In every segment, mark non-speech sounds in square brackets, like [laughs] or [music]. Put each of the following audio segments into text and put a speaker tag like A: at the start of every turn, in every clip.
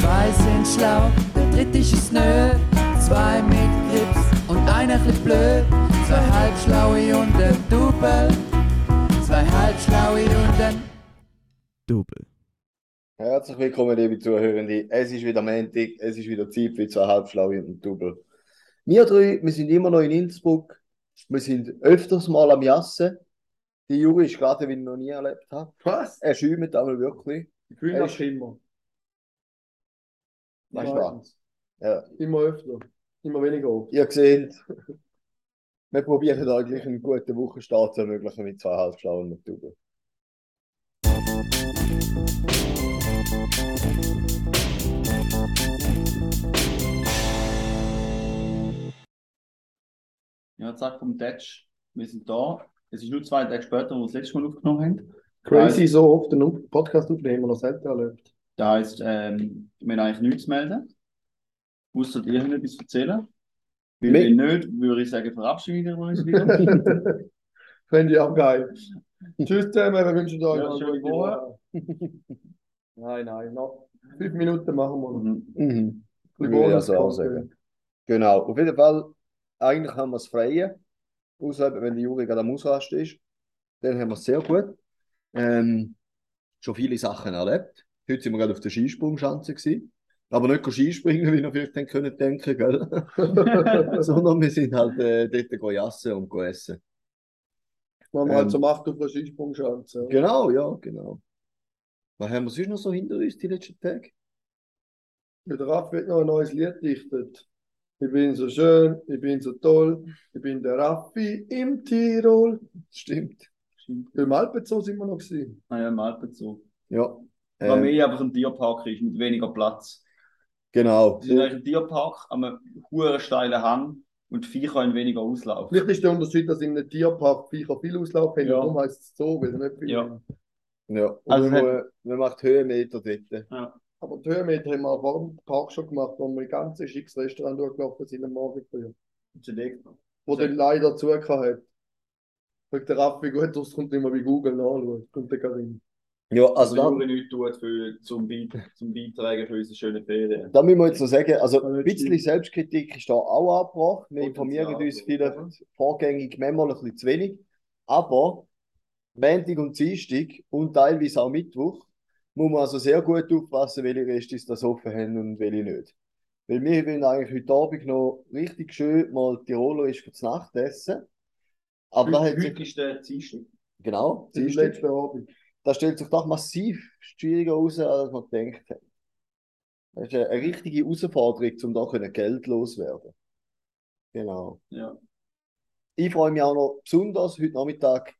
A: ein schlau, der dritte ist nö. Zwei mit Grips und einer chli blöd. Zwei halbschlaue und ein Double. Zwei halbschlaue und ein...
B: Double.
C: Herzlich willkommen, liebe Zuhörende. Es ist wieder Montag, es ist wieder Zeit für zwei Halbschlaue und ein Double. Wir drei, wir sind immer noch in Innsbruck. Wir sind öfters mal am Jassen. Die Juri ist gerade, wie ich ihn noch nie erlebt habe.
D: Was?
C: Er schäumt einmal wirklich.
D: Ich will das immer.
C: Das ist wahr.
D: Meistens.
C: Ja.
D: Immer öfter. Immer weniger oft.
C: Ihr seht, wir probieren eigentlich einen guten Wochenstart zu ermöglichen mit zwei Halbschlauen und einem Double.
E: Ja, zack, vom Datsch. Wir sind da. Es ist nur zwei Tage später, wo wir das letzte Mal aufgenommen haben.
D: Crazy, so oft einen Auf- Podcast aufnehmen, noch selten erlebt.
E: Das heisst, ähm, wir haben eigentlich nichts zu melden. Außer ihr habt etwas zu erzählen. Weil
C: Mir-
E: wenn nicht, würde ich sagen, verabschieden wir uns wieder.
C: [laughs]
D: Fände ich auch geil. Tschüss zusammen, wir wünschen euch
E: Ja,
D: eine
E: schöne
D: gute Woche. [laughs] nein, nein, noch
E: Hm.
D: fünf Minuten machen wir noch.
E: Und
C: Mhm.
D: Ein
C: Würde ich also auch
D: Bonus-Content.
C: sagen. Genau, auf jeden Fall, eigentlich haben wir es freie, außer eben, wenn die Juri gerade am Ausrasten ist. Dann haben wir es sehr gut. Ähm, schon viele Sachen erlebt. Heute sind wir gerade auf der Skisprungschanze gewesen. Aber nicht Skispringen, [laughs] wie ihr vielleicht dann können denken gell? [laughs]
D: [laughs]
C: sondern wir sind halt äh, dort gehen jassen und gehen essen.
D: Machen wir halt
C: Ähm.
D: so Macht auf der Skisprungschanze. Ja.
C: Genau, ja, genau. Was haben wir sonst noch so hinter uns die letzten Tage?
D: Der Raff wird noch ein neues Lied dichtet. Ich bin so schön, ich bin so toll, ich bin der Raffi im Tirol.
C: Stimmt.
D: Im Alpenzoo sind wir noch gewesen.
E: ah ja, im Alpenzoo.
C: Ja.
E: Weil
C: Ähm,
E: mehr einfach ein Tierpark ist, mit weniger Platz.
C: genau.
E: Es ist eigentlich ein Tierpark an einem hohen steilen Hang und die Viecher haben weniger Auslauf.
D: Vielleicht ist der Unterschied, dass in einem Tierpark Viecher viel Auslauf haben,
E: Ja.
D: darum heisst es so, weil nicht viel.
E: Ja.
C: Ja. Und
E: Also
C: also,
E: es
C: man, man macht Höhenmeter dort.
D: Aber die Höhenmeter haben wir vor dem Park schon gemacht, wo wir ein ganzes schickes Restaurant durchgelaufen sind am Morgen früh. Wo
E: Sehr.
D: dann leider zugehört hat. Weil der Raffi gut rauskommt, wenn man bei Google nachschaut. Kommt der gerade rein.
C: Ja, also
E: Also,
C: da,
E: also die nichts tut für, zum, Bei zum Beitragen für unsere schönen Ferien.
C: da müssen wir jetzt noch sagen, also
D: Ja,
E: Äh,
C: ein
D: das
C: bisschen
D: stimmt.
C: Selbstkritik ist da auch angebracht. Wir
E: Potenzial,
C: informieren uns
E: oder?
C: vielleicht vorgängig manchmal ein bisschen zu wenig. Aber Montag und Dienstag und teilweise auch Mittwoch muss man also sehr gut aufpassen, welche Restis das offen haben und welche nicht. Weil wir wollen eigentlich heute Abend noch richtig schön mal Tirolerisch für die Nacht essen. Aber da hat
E: heute,
C: sich,
E: heute ist der Dienstag.
C: genau,
D: Das ist
C: Dienstag,
D: letzte Abend.
C: das stellt sich doch massiv schwieriger heraus, als man gedacht hat. Das ist eine, eine richtige Herausforderung, um da können Geld loswerden. Genau.
E: Ja.
C: Ich freue mich auch noch besonders heute Nachmittag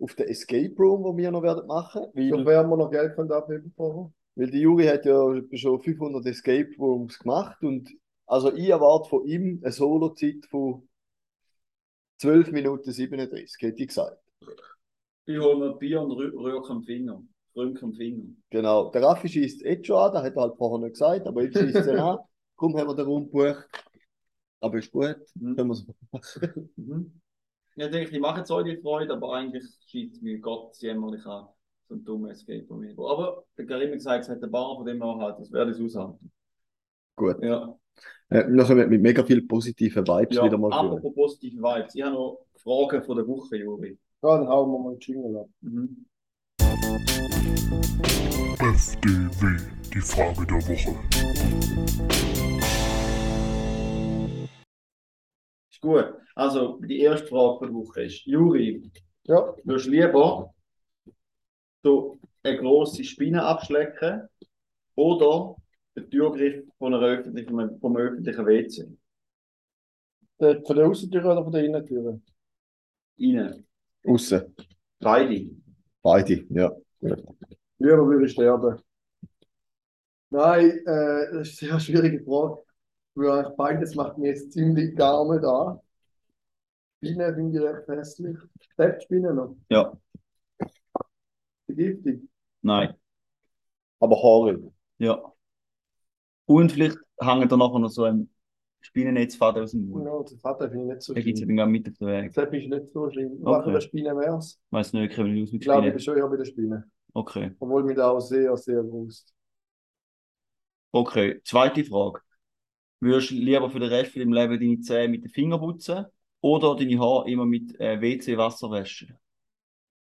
C: auf den Escape Room, den wir noch werden machen
D: Doch
C: werden. Weil,
D: werden wir noch Geld von abheben brauchen.
C: weil die Juri hat ja schon 500 Escape Rooms gemacht und also ich erwarte von ihm eine Solo-Zeit von 12 Minuten 37, hätte ich gesagt.
E: Ich hole mir ein Bier und rü rühre am Finger. Rühre am Finger.
C: Genau, der Raffi schießt jetzt schon an, das hat er halt vorher nicht gesagt, aber jetzt schießt er
E: [laughs]
C: an. Komm, haben wir den Raum gebucht. Aber ist gut,
E: Mhm.
C: können wir es machen. [laughs]
E: Mhm. Ich denke, die machen jetzt auch die Freude, aber eigentlich schießt mir Gott jämmerlich an. So ein dummes Escape von mir. Aber der Karim hat gesagt, es hat eine Bar, von dem man halt, das werde ich aushalten.
C: Gut.
E: Ja,
C: Äh, wir kommen mit mega viel positiven Vibes
E: ja.
C: wieder mal führen.
E: apropos positive Vibes. Ich habe noch Fragen von der Woche, Juri.
D: Ja, dann hauen wir mal einen Jingle ab.
E: Mhm.
F: FDW, die Frage der Woche.
E: Ist gut. Also, die erste Frage von der Woche ist: Juri,
D: Ja,
E: würdest du lieber so eine grosse Spinne abschlecken oder den Türgriff von einer öffentlichen, vom öffentlichen WC?
D: der- von der Außentür oder von der Innentür?
E: Innen.
C: Aussen.
E: Beide.
C: Beide, ja.
D: Lieber würde ich sterben. Nein, äh, das ist eine sehr schwierige Frage. Weil beides macht mir jetzt ziemlich gar nicht an. Spinnen sind die recht hässlich. Selbst Spinnen noch.
E: Ja.
D: Vergiftet.
E: Nein.
C: Aber Haare.
E: Ja. Und vielleicht hängt da nachher noch so ein Spinnennetzfaden aus dem Mund.
D: Ja, das hat er nicht so
E: Da gibt es ja
D: schlimm.
E: dann gerade mit auf den Weg.
D: Das ist nicht so schlimm.
E: Okay.
D: Was für eine Spinne wäre es?
E: Weiß nicht, ich kenne mich aus mit
D: Ich glaube, ich
E: Spinnen.
D: bin schon eher bei der Spinne.
E: Okay.
D: Obwohl mir da auch sehr, sehr bewusst.
E: Okay, zweite Frage. Würdest du lieber für den Rest von deinem Leben deine Zähne mit den Fingern putzen oder deine Haare immer mit äh, WC-Wasser waschen?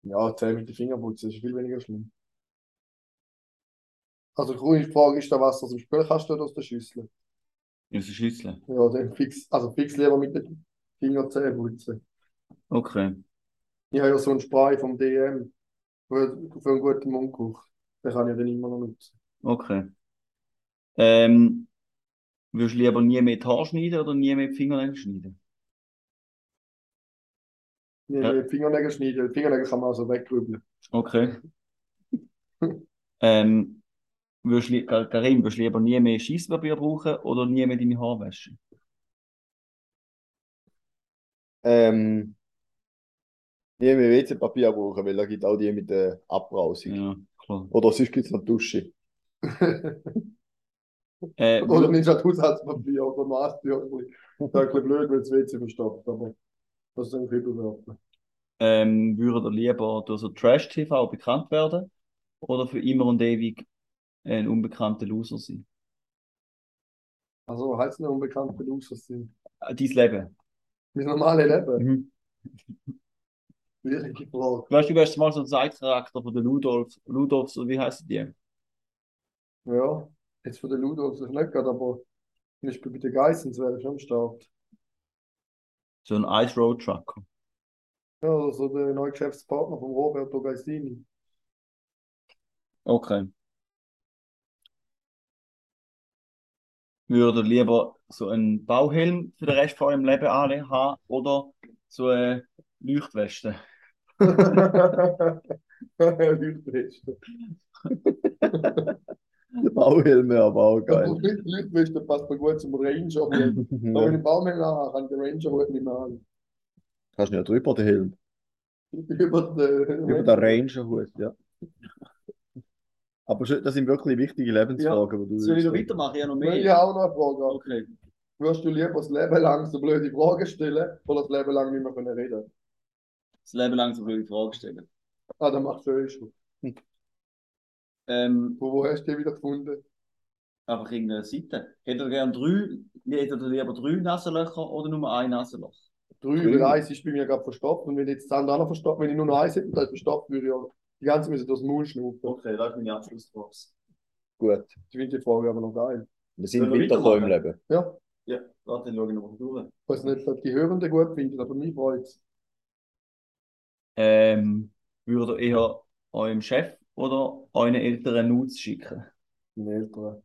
D: Ja, Zähne mit den Fingern putzen ist viel weniger schlimm. Also, die große Frage ist, das Wasser aus dem Spülkasten oder aus der Schüssel?
E: Aus der Schüssel.
D: Ja, dann fix, also fix lieber mit den Fingern Zähne putzen.
E: Okay.
D: Ich habe ja so einen Spray vom DM für, für einen guten Mundgeruch. Den kann ich dann immer noch nutzen.
E: Okay. Ähm, würdest du lieber nie mehr die Haare schneiden oder nie mehr die Fingernägel schneiden?
D: Nee,
E: Ja.
D: die Fingernägel schneiden. Die Fingernägel kann man also weggrübeln. [laughs]
E: Okay. Ähm, würdest du, lie- Kar- Karim, würdest du lieber nie mehr Scheisspapier brauchen oder nie mehr deine Haare waschen?
C: Ähm, nie mehr WC-Papier brauchen, weil da gibt auch die mit der Abbrausung.
E: Ja, klar.
C: Oder sonst gibt es noch Dusche. [laughs]
E: Äh,
D: Oder nimmst halt Haushaltspapier oder Maßbürgerli. Das ist ein bisschen blöd, wenn das WC verstopft, aber das ist ein Kribbelwerfen.
E: ähm, würde er lieber durch so Trash-TV bekannt werden oder für immer und ewig ein unbekannter Loser sein?
D: Also, was heisst denn unbekannte Losers sind?
E: Äh, dein Leben.
D: Mein normales Leben.
E: Mhm.
D: Schwierige Frage.
E: Weißt du, du wärst mal so ein Side-Charakter von den Ludolfs, Ludolfs, oder wie heißen die?
D: Ja, jetzt von den Ludolfs ist nicht gerade, aber zum Beispiel bei den Geissens wäre ich schon am Start.
E: So ein Ice-Road-Trucker.
D: Ja, oder so der neue Geschäftspartner von Roberto Gaisini. [laughs]
E: Okay. Würde lieber so einen Bauhelm für den Rest von eurem Leben alle haben oder so eine Leuchtweste?
D: Lütweste.
C: Der Bauhelm wäre aber auch geil.
D: Lütweste passt mir gut zum Ranger. Aber
E: Mhm.
C: [laughs]
D: wenn
C: Ja.
D: ich Baumel an kann der Ranger gut nicht mehr an.
C: Kannst du ja drüber den Helm.
D: Über den
C: Über den Rangerhut, ja. Aber schon- das sind wirklich wichtige Lebensfragen, die du
E: Soll ich noch
C: uns-
E: weitermachen? Ich habe noch
D: Ich
E: mehr.
D: habe auch noch eine Frage.
E: Okay.
D: Würdest du lieber das Leben lang so blöde Fragen stellen oder das Leben lang nicht mehr können reden?
E: Das Leben lang so viele Fragen stellen.
D: Ah, dann machst du eh schon.
E: Ähm,
D: Wo, wo hast du die wieder gefunden?
E: einfach irgendeine Seite. Hättet ihr gern drei, hättet ihr lieber drei Nasenlöcher oder nur ein Nasenloch?
D: Drei,
C: Grün.
D: weil eins ist bei mir gerade verstopft und wenn jetzt das andere auch noch verstopft, wenn ich nur noch eins hätte, dann verstopft würde ich ja die ganze müssen durchs Maul schnaufen.
E: Okay, das ist meine Abschlussfrage.
C: Gut.
D: Ich finde die Frage aber noch geil.
C: Wir sind
E: Sollen wir
C: weitergekommen im
E: weitermachen?
C: Leben.
D: Ja,
E: Ja, warte, dann schaue ich noch durch.
D: ich weiß nicht, ob die Hörenden gut finden, aber mich freut es.
E: Ähm, würdet ihr eher eurem Chef oder euren Eltern Nudes schicken?
D: Meine Eltern.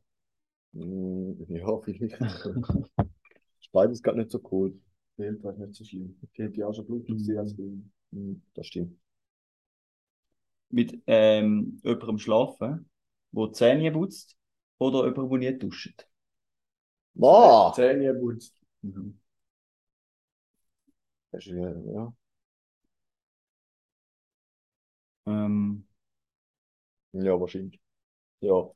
C: Mm, Ja, vielleicht.
D: [laughs]
C: Ist Beides gar nicht so cool.
D: Die Eltern ist nicht so schlimm. Die hätte ich auch schon blutig
E: Mhm.
D: gesehen als Kind.
C: Mm, Das stimmt.
E: mit ähm, jemandem schlafen, wo die Zähne putzt oder jemandem, der nie duscht.
C: Boah!
D: Zähne putzt.
C: Das ist ja, ja.
E: Ähm,
C: Ja, wahrscheinlich. Ja.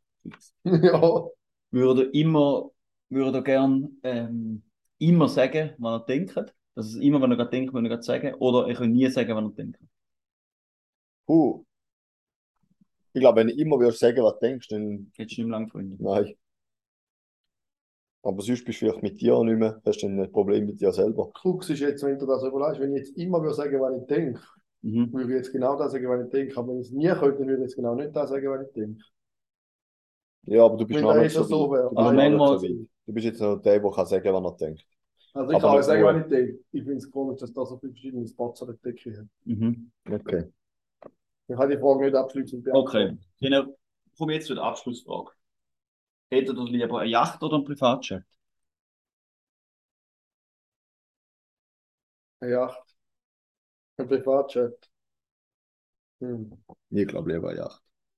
D: Ja,
E: würde immer, würde gern ähm, immer sagen, was er denkt. Das ist immer, wenn er gerade denkt, wenn er gerade sagen. Oder ich kann nie sagen, was er denkt.
C: Puh. Ich glaube, wenn du immer würdest sagen, was du denkst, dann
E: Jetzt nicht mehr lange Freunde.
C: nein. Aber sonst bist du vielleicht mit dir auch nicht mehr. Hast du dann ein Problem mit dir selber?
D: Krux ist jetzt, wenn du das überlegst, wenn ich jetzt immer würde sagen, was ich denke,
E: Mhm.
D: würde ich jetzt genau das sagen, was ich denke. Aber wenn ich es nie könnte, dann würde ich jetzt genau nicht das sagen, was ich denke.
C: Ja, aber du bist
D: Wenn
C: noch
D: das
C: nicht
D: jetzt
C: so
D: so
C: weit.
D: wäre. ah,
C: Du bist
E: Aber
C: noch nicht
E: manchmal-
C: so weit. Du bist jetzt noch der, der kann sagen, was er denkt.
D: Also
C: Aber
D: ich kann
C: nicht
D: euch sagen,
C: nur.
D: was ich denke. Ich finde es komisch, dass da so viele verschiedene Spots an der Decke haben.
E: Mhm.
C: Okay.
D: Ich kann die Frage nicht abschließend beantworten.
E: Okay, dann komme jetzt zu der Abschlussfrage. Hättet ihr lieber eine Yacht oder ein Privatjet?
D: Ja. Ein Privatchat. Hm.
C: Ich glaube lieber ja.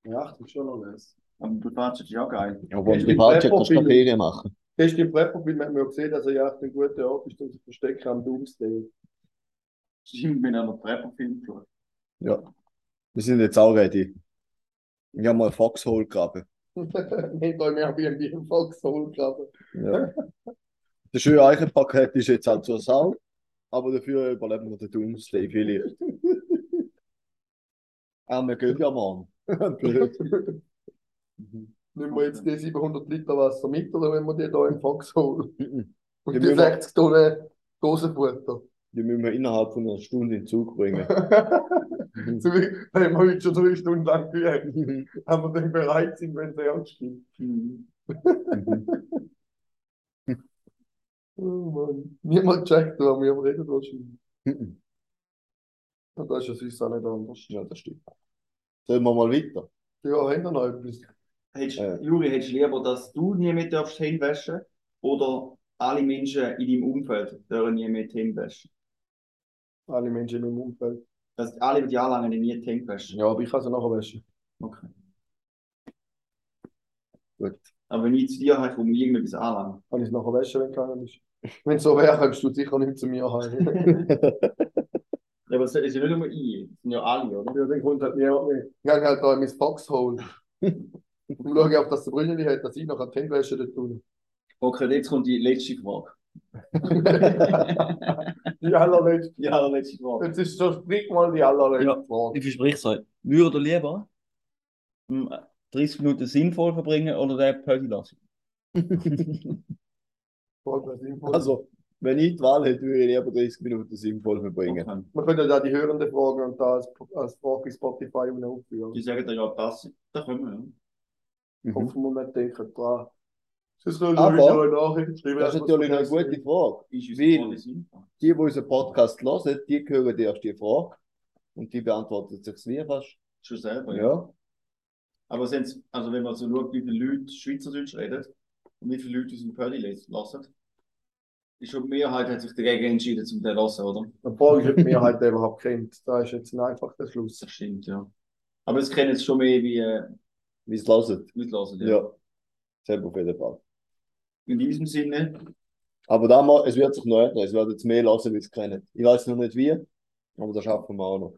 D: Ja, das ist schon noch was.
E: Aber ein Privatjet ist auch geil.
C: Obwohl
D: Ich
C: du
D: bin
C: Privatjet
D: Prepper,
C: kannst du keine
D: bin ich.
C: Ferien machen.
D: Gestern im Prepperfilm hat man ja gesehen, dass er ja echt ein guter Ort ist, um sich zu verstecken am Doomsday. [laughs]
E: Stimmt, wenn er noch Prepper-Film geschaut.
C: Wir sind jetzt auch ready. Ich habe mal einen Foxhole gegraben.
D: Nicht euch mehr Airbnb im Foxhole gehabt.
C: Ja. [laughs] Der schöne Eichenpaket ist jetzt halt zur Sau, aber dafür überleben wir den Doomsday [laughs] vielleicht. [laughs] Ah, wir gehen ja morgen. Blöd.
D: Nehmen wir jetzt die 700 Liter Wasser mit oder wenn wir die hier im Fax holen?
C: Mhm.
D: [laughs] Und
C: Die
D: die
C: müssen wir-
D: 60 Tonnen Dosenfutter.
C: Die müssen wir innerhalb von einer Stunde in den Zug [laughs] bringen. Mhm.
D: [laughs] so wie, wenn wir heute schon drei Stunden lang gehen, aber dann bereit sind, wenn es ernst gibt.
C: Mhm.
D: [laughs] Oh Mann. Niemand checkt, warum wir am Reden wahrscheinlich. Und das ist ja sonst auch nicht anders.
C: Mhm. ja, das stimmt. Sollen wir mal weiter?
D: Ja, haben wir noch etwas?
G: Hättest,
C: Äh.
G: Juri, hättest du lieber, dass du nie mehr darfst Hände waschen oder alle Menschen in deinem Umfeld dürfen nie mehr die Hände waschen?
D: Alle Menschen in meinem Umfeld.
G: Dass alle die Anlangen nie die Hände waschen.
D: Ja, aber ich kann sie nachher waschen.
G: Okay.
C: Gut.
G: Aber wenn ich zu dir habe, komme ich irgendetwas anlangen.
D: Kann ich es nachher waschen, wenn keiner ist? Wenn es so wäre, kommst du sicher nicht zu
C: [laughs]
D: mir heim.
G: Ja, Aber es ist ja nicht nur ich, es sind ja alle, oder?
D: Ja, dann kommt halt niemand mehr. Ich gehe halt da in mein
C: [laughs]
D: Foxhole. Und schaue, ob das der Brünneli hat, dass ich nachher die Hände waschen tun.
G: Okay, jetzt kommt die letzte Frage.
D: Die allerletzte.
G: die allerletzte Frage.
D: Jetzt ist schon sprich mal die allerletzte Frage.
G: Ich verspreche es euch. Würdet ihr lieber mm, 30 Minuten sinnvoll verbringen oder den Pödi lassen?
D: Voll was sinnvoll.
C: Also, wenn ich die Wahl hätte, würde ich lieber 30 Minuten sinnvoll verbringen.
G: Okay.
D: Man könnte da die Hörenden fragen und da als, als Frage in Spotify und aufführen.
G: Die sagen dir ja, das, da können wir. Ja.
C: Mhm.
D: Hoffen wir nicht denken dran. Sonst können
C: Aber-
D: Leute noch eine Nachricht schreiben,
C: Das ist
D: dass
C: natürlich
D: wir
C: eine
D: es
C: gute
D: vergessen
C: Frage.
G: Ist uns
C: Weil-
G: voll sinnvoll.
C: Die, die unseren Podcast hören, die hören erst die Frage und die beantwortet sich nie fast.
G: Schon selber, ja.
C: Ja.
G: Aber sind's, also wenn man so schaut, wie viele Leute Schweizerdeutsch reden und wie viele Leute aus dem Pödi les- lassen, ist schon die Mehrheit hat sich dagegen entschieden, zum den lassen, oder?
D: haben. Die Frage ist, ob die Mehrheit den halt überhaupt kennt. Da ist jetzt ein einfacher Schluss.
G: Das stimmt, ja. Aber es kennen es schon mehr wie äh,
C: Wie es hören.
G: mitlassen. Ja.
C: Ja. Selber auf jeden Fall.
G: In diesem Sinne,
C: Aber da mal, es wird sich noch ändern. Es wird jetzt mehr hören, wie es kennen. Ich weiß noch nicht wie, aber das schaffen wir auch noch.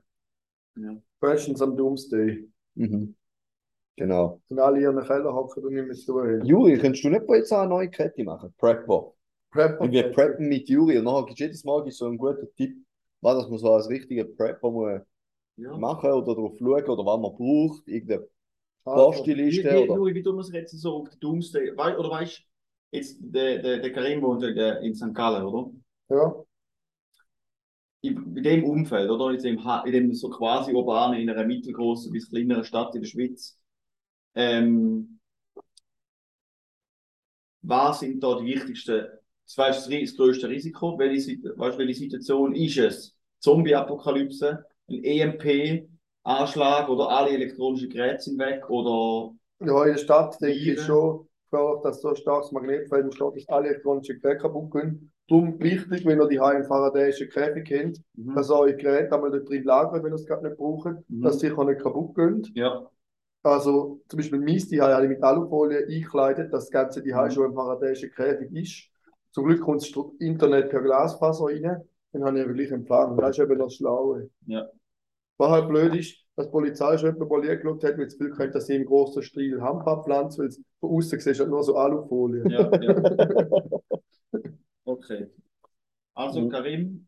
D: Questions am Doomsday.
C: Mhm. Genau.
D: Wenn alle ihren Keller hocken und nicht mehr zuhören.
C: Juri, könntest du nicht bei jetzt auch eine neue Kette machen? Prepper.
D: Prepper.
C: Und wir preppen mit Juri und nachher gibt jedes Mal gibt's so einen guten Tipp, was dass man so als richtiger Prepper muss
G: ja.
C: machen oder drauf schauen oder was man braucht. Irgendeine
D: Also,
G: Wie,
C: Posteliste
G: wie,
C: oder.
G: Juri, wie tun wir es jetzt so auf den Doomsday? Wei- oder weißt du, jetzt der, der, der Karim wohnt ja der- in St. Gallen, oder?
D: Ja,
G: In, in dem Umfeld, oder? In dem, Ha- in dem so quasi [laughs] urbanen, in einer mittelgroßen bis kleineren Stadt in der Schweiz. Ähm, was sind da die wichtigsten, das, weißt, du, das, Ri- das größte Risiko? Welche, Sit- weißt, du, welche Situation ist es? Zombie-Apokalypse, ein EMP-Anschlag oder alle elektronischen Geräte sind weg oder
D: ja, in der Stadt denke
G: Liebe.
D: ich schon, gefährlich, dass so ein starkes Magnetfeld entsteht, dass alle elektronischen Geräte kaputt gehen. Darum wichtig, wenn ihr die heim faradäischen Käfig habt, dass ihr eure Geräte einmal dort drin lagert, wenn ihr es gerade nicht braucht,
G: Mhm.
D: dass sie auch nicht kaputt gehen.
G: ja,
D: Also zum Beispiel meins, die habe ich mit Alufolie eingekleidet, dass das Ganze die
G: Mhm.
D: schon im faradäischen Käfig ist. Zum Glück kommt das Stru- Internet per Glasfaser rein, dann habe ich aber gleich einen Plan. Das ist eben das Schlaue.
G: Ja.
D: Was halt blöd ist, dass die Polizei schon jemand mal geschaut hat, mit Glück könnte, dass sie im grossen Stil Hampa pflanzt, weil es von außen siehst du halt nur so Alufolie.
G: ja, ja. Okay. Also,
C: Mhm.
G: Karim,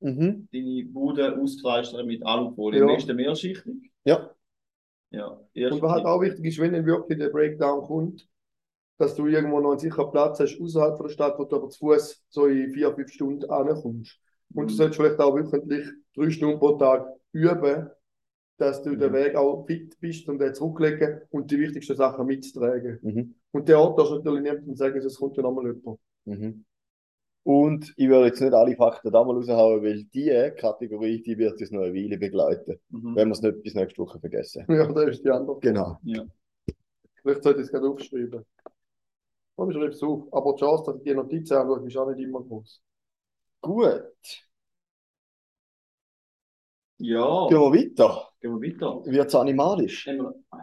C: Mhm.
G: deine Bude auskleistern mit Alufolie.
D: Ja.
G: Am besten mehrschichtig.
C: Ja.
G: Ja,
D: Und was halt
G: erstens.
D: auch wichtig ist, wenn dann wirklich der Breakdown kommt, dass du irgendwo noch einen sicheren Platz hast außerhalb von der Stadt, wo du aber zu Fuß so in vier, fünf Stunden ankommst. Und du
G: Mhm.
D: solltest vielleicht auch wöchentlich drei Stunden pro Tag üben, dass du den
G: Mhm.
D: Weg auch fit bist, um den zurückzulegen und die wichtigsten Sachen mitzutragen.
C: Mhm.
D: Und der Ort darfst du natürlich niemandem sagen, sonst kommt ja nochmal jemand. [laughs]
C: Mhm. Und ich will jetzt nicht alle Fakten da mal raushauen, weil die Kategorie, die wird uns noch eine Weile begleiten,
G: Mhm.
C: wenn wir es nicht bis nächste Woche vergessen.
D: Ja, das ist die andere.
C: Genau.
D: Vielleicht sollte ich es gerade aufschreiben. Komm, ich schreibe es auf. Aber die Chance, dass ich die Notiz anschaue, ist auch nicht immer groß.
C: Gut.
G: Ja,
C: Gehen wir weiter.
G: gehen wir weiter.
C: Wird es animalisch?
G: Nehmen wir-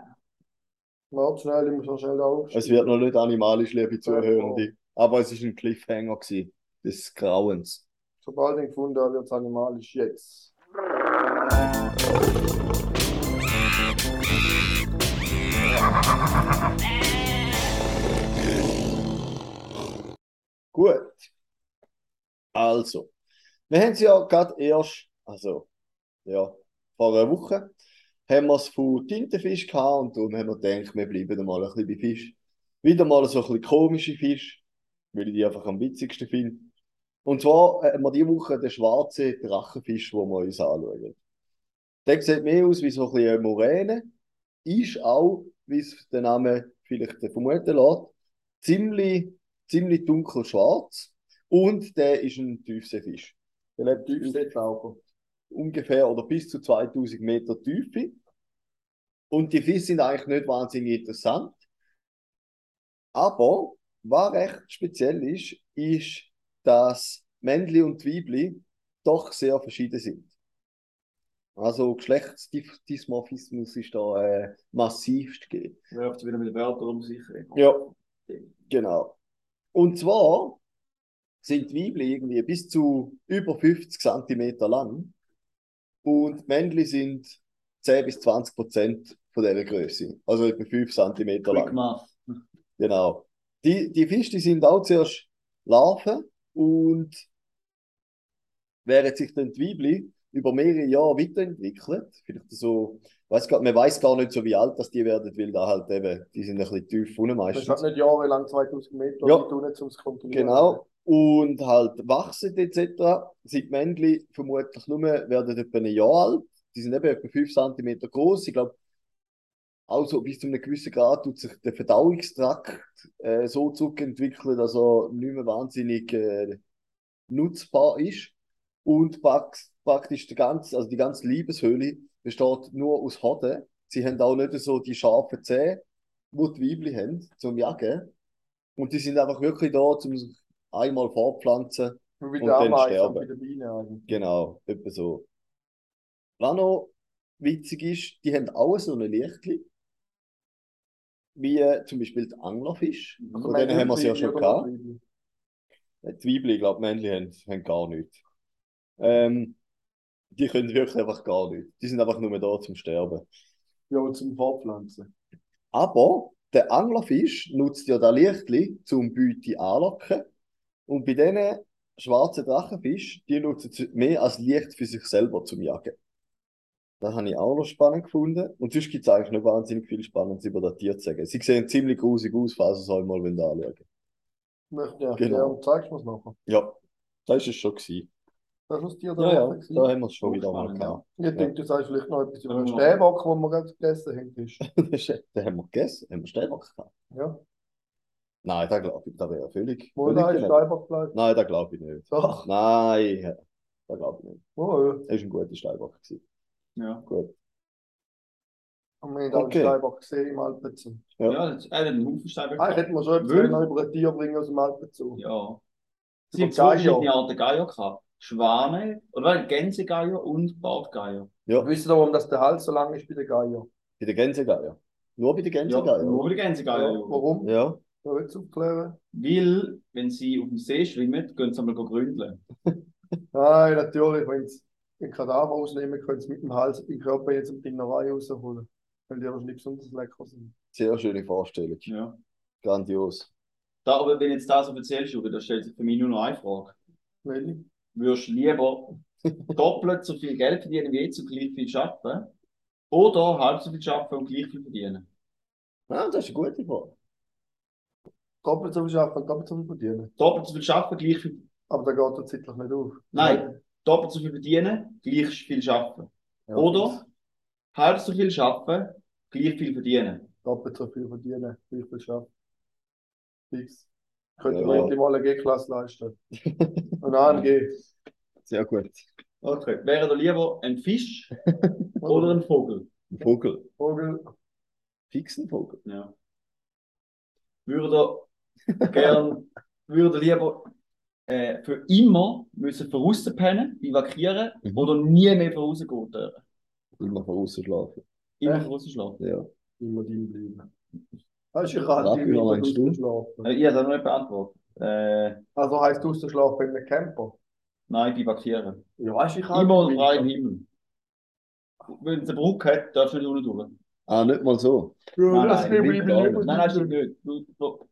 D: Warte schnell, ich muss noch schnell
C: Es
D: aufschreiben.
C: wird noch nicht animalisch, liebe Zuhörende. Aber es ist ein Cliffhanger gewesen, des Grauens.
D: Sobald ich ihn gefunden habe, wird es animalisch jetzt.
C: Gut. Also, wir haben es ja gerade erst, also, ja, vor einer Woche, haben wir es von Tintenfisch gehabt und darum haben wir gedacht, wir bleiben mal ein bisschen bei Fisch. Wieder mal so ein bisschen komische Fisch, weil ich die einfach am witzigsten finde. Und zwar haben wir diese Woche den schwarzen Drachenfisch, den wir uns anschauen. Der sieht mehr aus wie so ein bisschen eine Moräne, ist auch, wie es der Name vielleicht vermuten lässt, ziemlich, ziemlich dunkel schwarz und der ist ein Tiefseefisch. Der lebt
D: Tiefseetaucher.
C: ungefähr oder bis zu 2000 Meter Tiefe. Und die Fische sind eigentlich nicht wahnsinnig interessant. Aber was recht speziell ist, ist, dass Männli und Weibli doch sehr verschieden sind. Also Geschlechtsdysmorphismus ist da äh, massivst gegeben.
G: Werft sie wieder mit den Wörtern um sich. ey.
C: Ja, genau. Und zwar sind die Weibli irgendwie bis zu über 50 cm lang und die Männli sind 10 bis 20 Prozent von dieser Größe, also etwa 5 cm
G: Quick
C: lang.
G: math.
C: Genau. Die, die Fische die sind auch zuerst Larven und während sich dann die Weibli über mehrere Jahre weiterentwickelt, vielleicht so, weiß gar, man weiß gar nicht so wie alt dass die werden, weil da halt eben, die sind ein bisschen tief unten
D: Das ist
C: meistens.
D: halt nicht jahrelang 2000 Meter
C: Ja.
D: weit unten, um es zu kontrollieren.
C: Genau. Und halt wachsen etc. Sind die Männchen vermutlich nur, werden etwa ein Jahr alt. Die sind eben etwa 5 cm groß. Ich glaube, also bis zu einem gewissen Grad tut sich der Verdauungstrakt äh, so zurückentwickeln, dass er nicht mehr wahnsinnig äh, nutzbar ist. Und prax- praktisch die ganze, also die ganze Liebeshöhle besteht nur aus Hoden. Sie haben auch nicht so die scharfen Zähne, die die Weibchen haben, zum Jagen. Und die sind einfach wirklich da, um sich einmal fortpflanzen.
D: Und, und
C: Und dann
D: dann sterben.
C: sterben.
D: Bei den Bienen eigentlich.
C: Genau, etwa so. Was noch witzig ist, die haben auch so ein Lichtli. Wie äh, zum Beispiel der Anglerfisch.
D: Also
C: Von
D: wir
C: denen haben wir es
D: nicht
C: ja
D: die
C: schon gehabt.
D: überleben.
C: Äh, Die Weibchen, ich glaube, die Männchen haben, haben gar nichts. Ähm, die können wirklich einfach gar nichts. Die sind einfach nur da zum Sterben.
D: Ja, und zum Fortpflanzen.
C: Aber der Anglerfisch nutzt ja das Lichtli, um Beute anlocken. Und bei diesen schwarzen Drachenfisch, die nutzen es mehr als Licht für sich selber zum Jagen. Das habe ich auch noch spannend gefunden. Und sonst gibt es eigentlich nicht wahnsinnig viel Spannendes über das Tier zu sagen. Sie sehen ziemlich grusig aus, falls ihr es euch mal anschauen wollt.
D: Ich möchte ja
C: Genau.
D: erklären, zeigst du mir es nachher.
C: Ja, das ist es schon gewesen.
D: Das muss dir da
C: Ja, ja,
D: oben sein.
C: da haben wir es schon wieder mal
G: Spannend,
C: gehabt.
D: Ich denke, du sagst vielleicht noch etwas über
G: Ja.
D: den Stehbock, den wir gerade gegessen haben. Tisch.
C: [laughs] Den haben wir gegessen, haben wir Stellbock gehabt.
D: Ja,
C: Nein, da glaube ich, da wäre völlig,
D: wohl
C: völlig
D: da ist
C: daneben.
D: Steinbock bleibt.
C: Nein, da glaube ich nicht.
D: Doch,
C: Nein, da glaube ich nicht.
D: wohl.
C: Das war ein guter Steinbock. gewesen.
G: Ja.
C: Gut.
D: Und wir haben auch einen
C: Okay.
D: Steinbock gesehen im Ah, Alpenzoo.
C: Ja.
G: Ja, das- er hat einen Haufen Steine
D: Eigentlich hätten wir schon
G: Weil-
D: etwas noch über ein Tier bringen aus dem Alpenzoo.
G: Ja. Sie
D: Über
G: haben zwei
D: Geier.
G: verschiedene Arten Geier gehabt. Schwane, oder nein, Gänsegeier und Bartgeier.
C: Ja,
D: Wir wissen darum, dass der Hals so lang ist bei den Geier.
C: bei den Gänsegeier. Nur bei den
G: Ja,
C: Gänsegeier.
G: nur die Gänsegeier. Ja.
D: Warum? Ja.
C: Ah, Ja.
D: Ich will es aufklären.
G: Weil, wenn sie auf dem See schwimmen, gehen sie einmal gründeln.
D: Nein, natürlich, wenn sie den Kadaver rausnehmen, können sie mit dem Hals den Körper jetzt in die Reihe rausholen. Weil die wahrscheinlich besonders lecker sind.
C: Sehr schöne Vorstellung.
G: Ja.
C: Grandios.
G: Da, aber wenn jetzt das so erzählst, Juri, da stellt sich für mich nur noch eine Frage.
D: Welche?
G: Würdest du lieber doppelt so viel Geld verdienen wie jetzt und gleich viel arbeiten? Oder halb so viel arbeiten und gleich viel verdienen?
C: Ah, das ist eine gute Frage.
D: Doppelt so viel arbeiten, doppelt so viel verdienen.
G: Doppelt so viel arbeiten, gleich viel.
D: Aber da geht er zeitlich nicht auf.
G: Nein. Doppelt so viel verdienen, gleich viel arbeiten.
D: Ja.
G: Oder halb so viel arbeiten, gleich viel verdienen.
D: doppelt so viel verdienen, wie viel schaffen. Fix. Könnte
C: Ja.
D: man endlich mal eine G-Klasse leisten. [laughs] Und AMG.
C: Sehr gut.
G: Okay. Wäre da lieber ein Fisch [laughs] oder ein Vogel?
C: Ein Vogel.
D: Vogel.
C: Fixen Vogel.
G: Ja. Würde er gern, würde er lieber äh, für immer müssen verrussen pennen, evakuieren
C: Mhm.
G: oder nie mehr vorausgehen dürfen.
C: Immer von außen schlafen.
G: Immer
D: Echt?
G: voraus schlafen.
C: Ja.
D: Immer drin bleiben. Hast du gerade
C: Raphael, meinst du?
D: schlafen?
G: Äh, ich habe das noch nicht beantwortet. Äh,
D: Also heisst du schlafen in einem Camper?
G: nein, evakuieren.
D: Ja, weißt du, ich kann
G: Immer
D: nicht.
G: freien Himmel. Wenn es eine Brücke hat, darfst du nicht unten durch.
C: Ah, nicht mal so.
D: Ja,
G: Nein,
D: das
G: nein,
D: will
C: nicht
D: ich
C: glauben.
D: nicht.
G: Nein, nein, stimmt nicht. Du, du,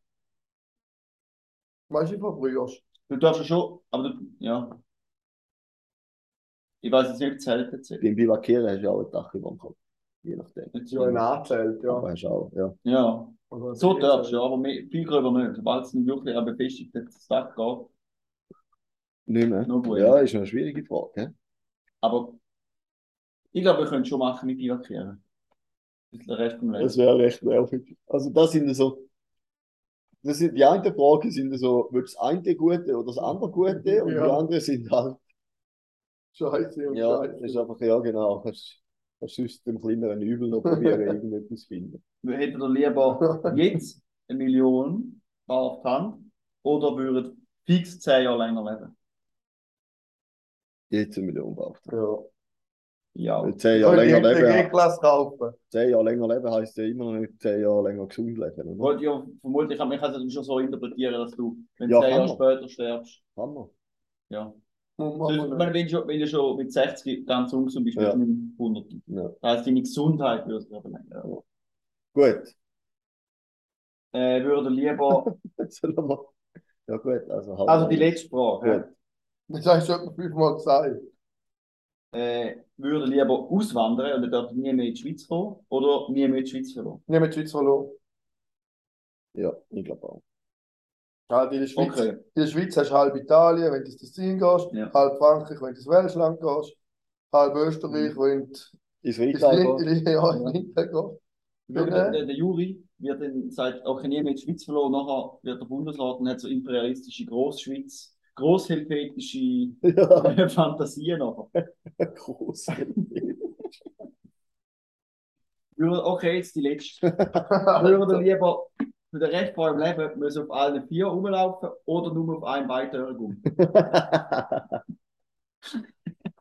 D: Weißt du, ich verbrühst.
G: du darfst ja schon, aber du, ja. Ich weiß jetzt nicht, ob Zelte zählt.
C: Beim Bivakieren hast du ja auch ein Dach über dem Kopf. Je nachdem.
D: Ja, ein Anzelt, ja.
C: Aber hast du auch, ja.
G: Ja.
D: Also,
G: So
D: jetzt,
G: darfst
D: äh,
G: du, ja, aber mehr- viel gröber nicht. Sobald es dann wirklich eine befestigte Sache geht.
C: Nicht mehr.
G: Noch gut.
C: Ja, ist eine schwierige Frage. Gell?
G: Aber ich glaube, wir können schon machen mit Wiederkehren. Das ist der Rest vom Leben.
C: Das wäre recht nervig. Also das sind so, das sind die einen Fragen sind so, willst du das eine Gute oder das andere Gute? Und die
D: Ja.
C: anderen sind halt,
D: Scheiße und
C: ja,
D: Scheiße.
C: das ist einfach, ja genau, kannst kannst sonst dem kleineren Übel noch probieren, irgendetwas finden.
G: Wir hätten
C: [laughs]
G: doch lieber jetzt eine Million bar auf die Hand oder würden fix zehn Jahre länger leben.
C: Jetzt eine Million braucht.
D: ja.
G: Ja.
C: Weil Zehn Jahre
D: Könnte ich
C: länger
D: jetzt eine
C: leben,
D: G-Klasse kaufen?
C: zehn Jahre länger leben heisst ja immer noch nicht zehn Jahre länger gesund leben, oder?
G: Wollte ja, vermutlich kann man es schon so interpretieren, dass du, wenn
C: Ja,
G: zehn
C: kann
G: Jahre
C: man.
G: später stirbst,
C: Hammer.
G: ja.
D: Muss
G: Das,
D: man
G: ich
D: mal
G: meine, wenn du, schon- wenn du schon mit 60 ganz ungesund bist, bist
C: Ja.
G: du mit 100.
C: Ja.
G: Das heisst, deine Gesundheit würde sich aber länger.
C: Gut. [laughs]
G: Äh, würde lieber,
C: Jetzt sollen wir- Ja gut, also halt
G: also die
C: mal.
G: letzte Frage,
D: Das hast du etwa fünfmal gesagt.
G: äh, würde lieber auswandern und dann darf nie mehr in die Schweiz kommen oder nie mehr in die Schweiz verloren.
D: Nehmen die Schweiz verloren.
C: Ja, ich glaube auch.
D: Ja, die Schweiz,
G: Okay.
D: in der Schweiz hast du halb Italien, wenn du ins Tessin gehst,
G: Ja.
D: halb Frankreich, wenn du ins Welschland gehst, halb Österreich, wenn du
C: Ins
D: ins
C: Rital gehen.
D: Linke, Mhm. ja, ins Linke gehst. Okay.
G: Weil äh,
C: genau.
G: Der, der, der Juri wird dann sagt, okay, nie mehr in die Schweiz verloren, nachher wird der Bundesrat und hat so imperialistische Großschweiz, großhelvetische
C: [laughs] Ja,
G: [laughs] Fantasien nachher.
C: groß. [laughs]
G: Würde, okay, jetzt
C: [laughs]
G: die letzte.
D: Äh? [laughs]
G: Würde lieber für den Rest von eurem Leben müssen auf allen vier rumlaufen oder nur auf einem weiteren rum?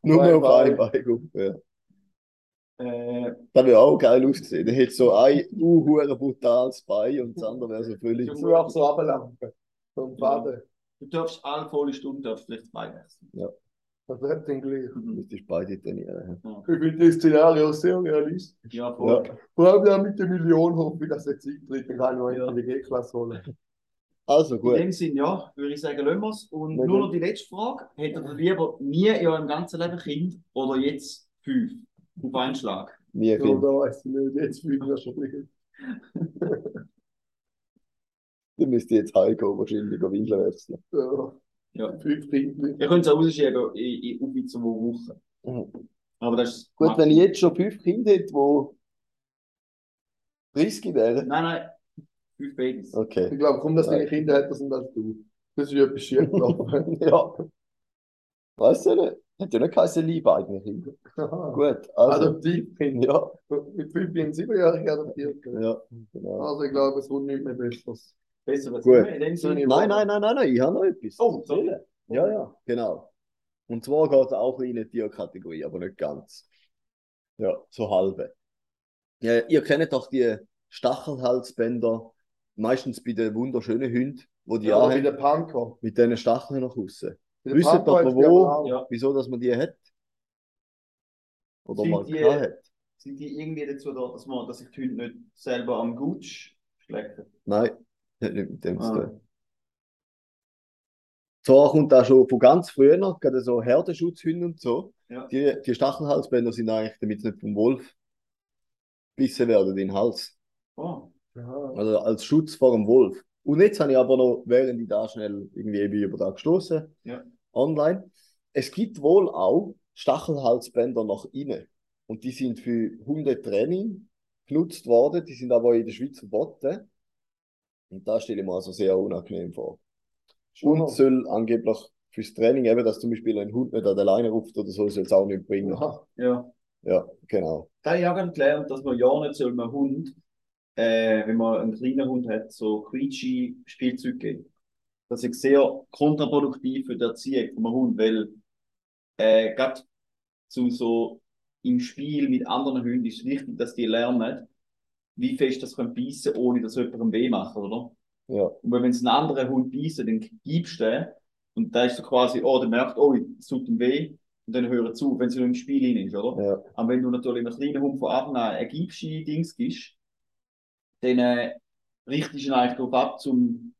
C: Nur mehr auf
D: Bye,
C: einem Bein gucken, ja.
G: Äh,
C: Das wäre auch geil ausgesehen. Dann hätte so ein unhure brutales Bein und das andere wäre so völlig.
D: Das würde auch so runterlaufen. Vom Baden.
G: du darfst alle volle Stunde darfst du vielleicht zwei wechseln.
D: Das wird dann gleich.
G: Mhm.
C: Müsstest beide trainieren.
D: Ich finde das Szenario sehr realistisch.
G: Ja,
C: Ja.
G: voll.
D: Vor allem auch mit der Million hoffe ich, dass jetzt eintritt, dann kann ich noch
G: Ja.
D: in die G-Klasse holen.
C: Also
G: In
C: gut.
G: dem Sinn, ja, würde ich sagen, lassen wir es. Und
C: Ja,
G: nur
C: gut.
G: noch die letzte Frage. Hättet ihr lieber nie in eurem ganzen Leben Kind oder jetzt fünf? Auf einen Schlag.
C: Nie
D: Ja,
C: Kind.
D: da weiß ich nicht, jetzt fühlen wir schon ein bisschen.
C: Dann müsst ihr jetzt heimgehen, wahrscheinlich auf Windeln wechseln.
D: Ja.
G: Ja.
D: äh, Fünf Kinder.
G: Ihr könnt es auch rausschieben in, in, auf in zwei Wochen.
C: Mhm. Gut,
G: Aber das ist.
C: wenn ich jetzt schon fünf Kinder hätte, die 30 wären.
G: Nein, nein, fünf Babys.
C: Okay. [laughs]
D: Ich glaube, komm, dass deine
C: Nein.
D: Kinder hätten sind als du. Das ist ja etwas schief gelaufen.
C: Ja. Weißt du nicht? Hat ja nicht geheißen, liebe eigene Kinder. [laughs]
D: [laughs] Aha.
C: Gut, also.
D: Adoptivkind.
C: Ja,
D: Mit fünf und siebenjährigen adoptiert.
C: ja, genau.
D: Also ich glaube, es wird nicht mehr besseres.
G: Besser was
C: Gut.
G: immer. In dem Sinne,
C: Nein, nein, nein, nein, nein, ich habe noch etwas.
G: Oh,
C: zu erzählen. Ja, ja, genau. Und zwar geht es auch in eine Tierkategorie, aber nicht ganz. Ja, so halbe. Ja, ihr kennt doch die Stachelhalsbänder, meistens bei den wunderschönen Hunden, wo die
D: Ja, bei
C: anhaben,
D: der Panko.
C: mit diesen Stacheln nach außen.
D: Bei der
C: Wisst ihr
D: Panko
C: doch,
D: hat's
C: wo-
D: gerne auch.
G: Ja.
C: Wieso, dass man die hat? Oder
G: Sind
C: mal
G: die-
C: gehabt hat?
G: sind die irgendwie dazu da, dass, man, dass ich die Hunde nicht selber am Gutsch schlecke?
C: Nein, hat nicht mit dem zu
G: Ah.
C: tun. Zwar kommt auch schon von ganz früher, noch, gerade so Herdenschutzhunde und so.
G: Ja.
C: Die, die Stachelhalsbänder sind eigentlich, damit sie nicht vom Wolf gebissen werden, in den Hals.
G: Oh,
D: Ja.
C: Also als Schutz vor dem Wolf. Und jetzt habe ich aber noch, während ich da schnell irgendwie eben über da gestoßen,
G: Ja.
C: online. Es gibt wohl auch Stachelhalsbänder nach innen. Und die sind für Hundetraining genutzt worden. Die sind aber in der Schweiz verboten. Und da stelle ich mir also sehr unangenehm vor.
D: Schon
C: Und
D: noch.
C: soll angeblich fürs Training, eben, dass zum Beispiel ein Hund nicht an alleine ruft oder so, soll es auch nicht bringen.
D: Ja.
G: ja.
C: Ja, genau.
G: Da habe ich auch gerade gelernt, dass man ja nicht soll einem Hund, äh, wenn man einen kleinen Hund hat, so quietschi Spielzeug geben. Das ist sehr kontraproduktiv für die Erziehung von einem Hund, weil äh, gerade zu so im Spiel mit anderen Hunden ist es wichtig, dass die lernen, wie fest das können beißen, ohne dass jemandem weh macht, oder?
C: Ja.
G: Und wenn es einen anderen Hund beißt, dann gibst du den. Und da ist so quasi, oh, der merkt, oh, es tut ihm weh. Und dann hören zu, wenn es noch im Spiel rein ist, oder?
C: Ja.
G: Aber wenn du natürlich einem kleinen Hund von Anfang an ein Giebschi Dings gibst, dann äh, richtest du ihn eigentlich darauf ab, zum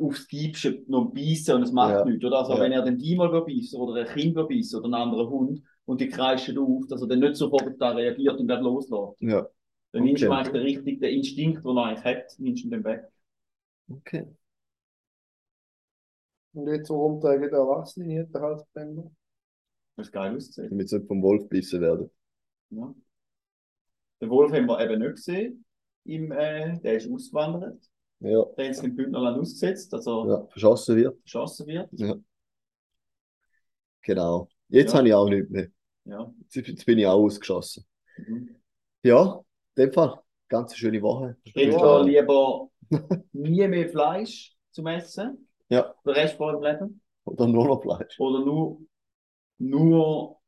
G: aufs Giebschen noch beißen und es macht
C: Ja.
G: nichts, oder? Also
C: Ja.
G: wenn er dann die mal beißt oder ein Kind beißt oder einen anderen Hund, und die kreischen auf, dass er dann nicht sofort da reagiert und dann loslässt.
C: Ja.
G: Dann nimmst du
C: Okay.
G: eigentlich den richtigen den Instinkt, den er eigentlich hat, nimmst du dann weg.
C: Okay.
D: Und jetzt warum tragen die Erwachsenen hier den Halsbänder?
G: Das ist geil ausgesehen.
C: Damit sie nicht vom Wolf gebissen werden.
G: Ja. Den Wolf haben wir eben nicht gesehen. Im, äh, der ist ausgewandert.
C: Ja.
G: Der hat sich im Bündnerland ausgesetzt, dass er
C: ja. Verschossen wird.
G: geschossen wird.
C: Genau. Jetzt
G: Ja.
C: habe ich auch nichts mehr.
G: Ja.
C: Jetzt- Jetzt bin ich auch ausgeschossen.
G: Mhm.
C: Ja, in dem Fall. Ganz schöne Woche.
G: Jetzt
C: Ja.
G: ja. lieber [laughs] nie mehr Fleisch zum Essen.
C: Ja.
G: Den Rest von Leben.
C: Oder nur noch Fleisch.
G: Oder nur, nur,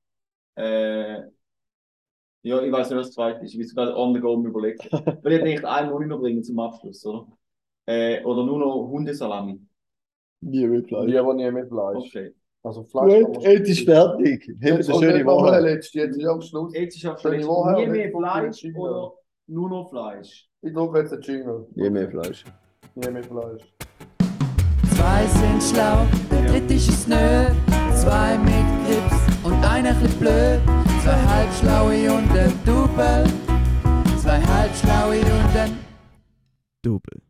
G: äh, ja, ich weiß nicht, was das zweite ist. Ich bin sogar on the go
D: [laughs]
G: am überlegen. Weil ich denke, einen muss ich noch bringen zum Abschluss, oder? Äh, oder nur noch Hundesalami.
C: Nie mehr Fleisch.
D: Lieber nie mit Fleisch.
G: Okay.
D: Also Fleisch.
C: Gut, jetzt ist fertig. Habt eine
D: kommt
C: schöne
D: nicht noch mal eine
C: Woche.
D: letzte, jetzt ist am Schluss.
G: Jetzt ist auch
D: Schöne
G: schlecht.
D: Woche
G: Nie
D: und
G: mehr
D: jetzt
G: Fleisch
D: kommt die
G: oder nur noch Fleisch.
D: Ich drücke jetzt den Jingle.
C: Nie mehr Fleisch.
D: Nie mit Fleisch.
A: Zwei sind schlau, der dritte ist es nö. Zwei mit Grips und einer chli blöd. Zwei halbschlaue und ein Double. Zwei halbschlaue und ein Double.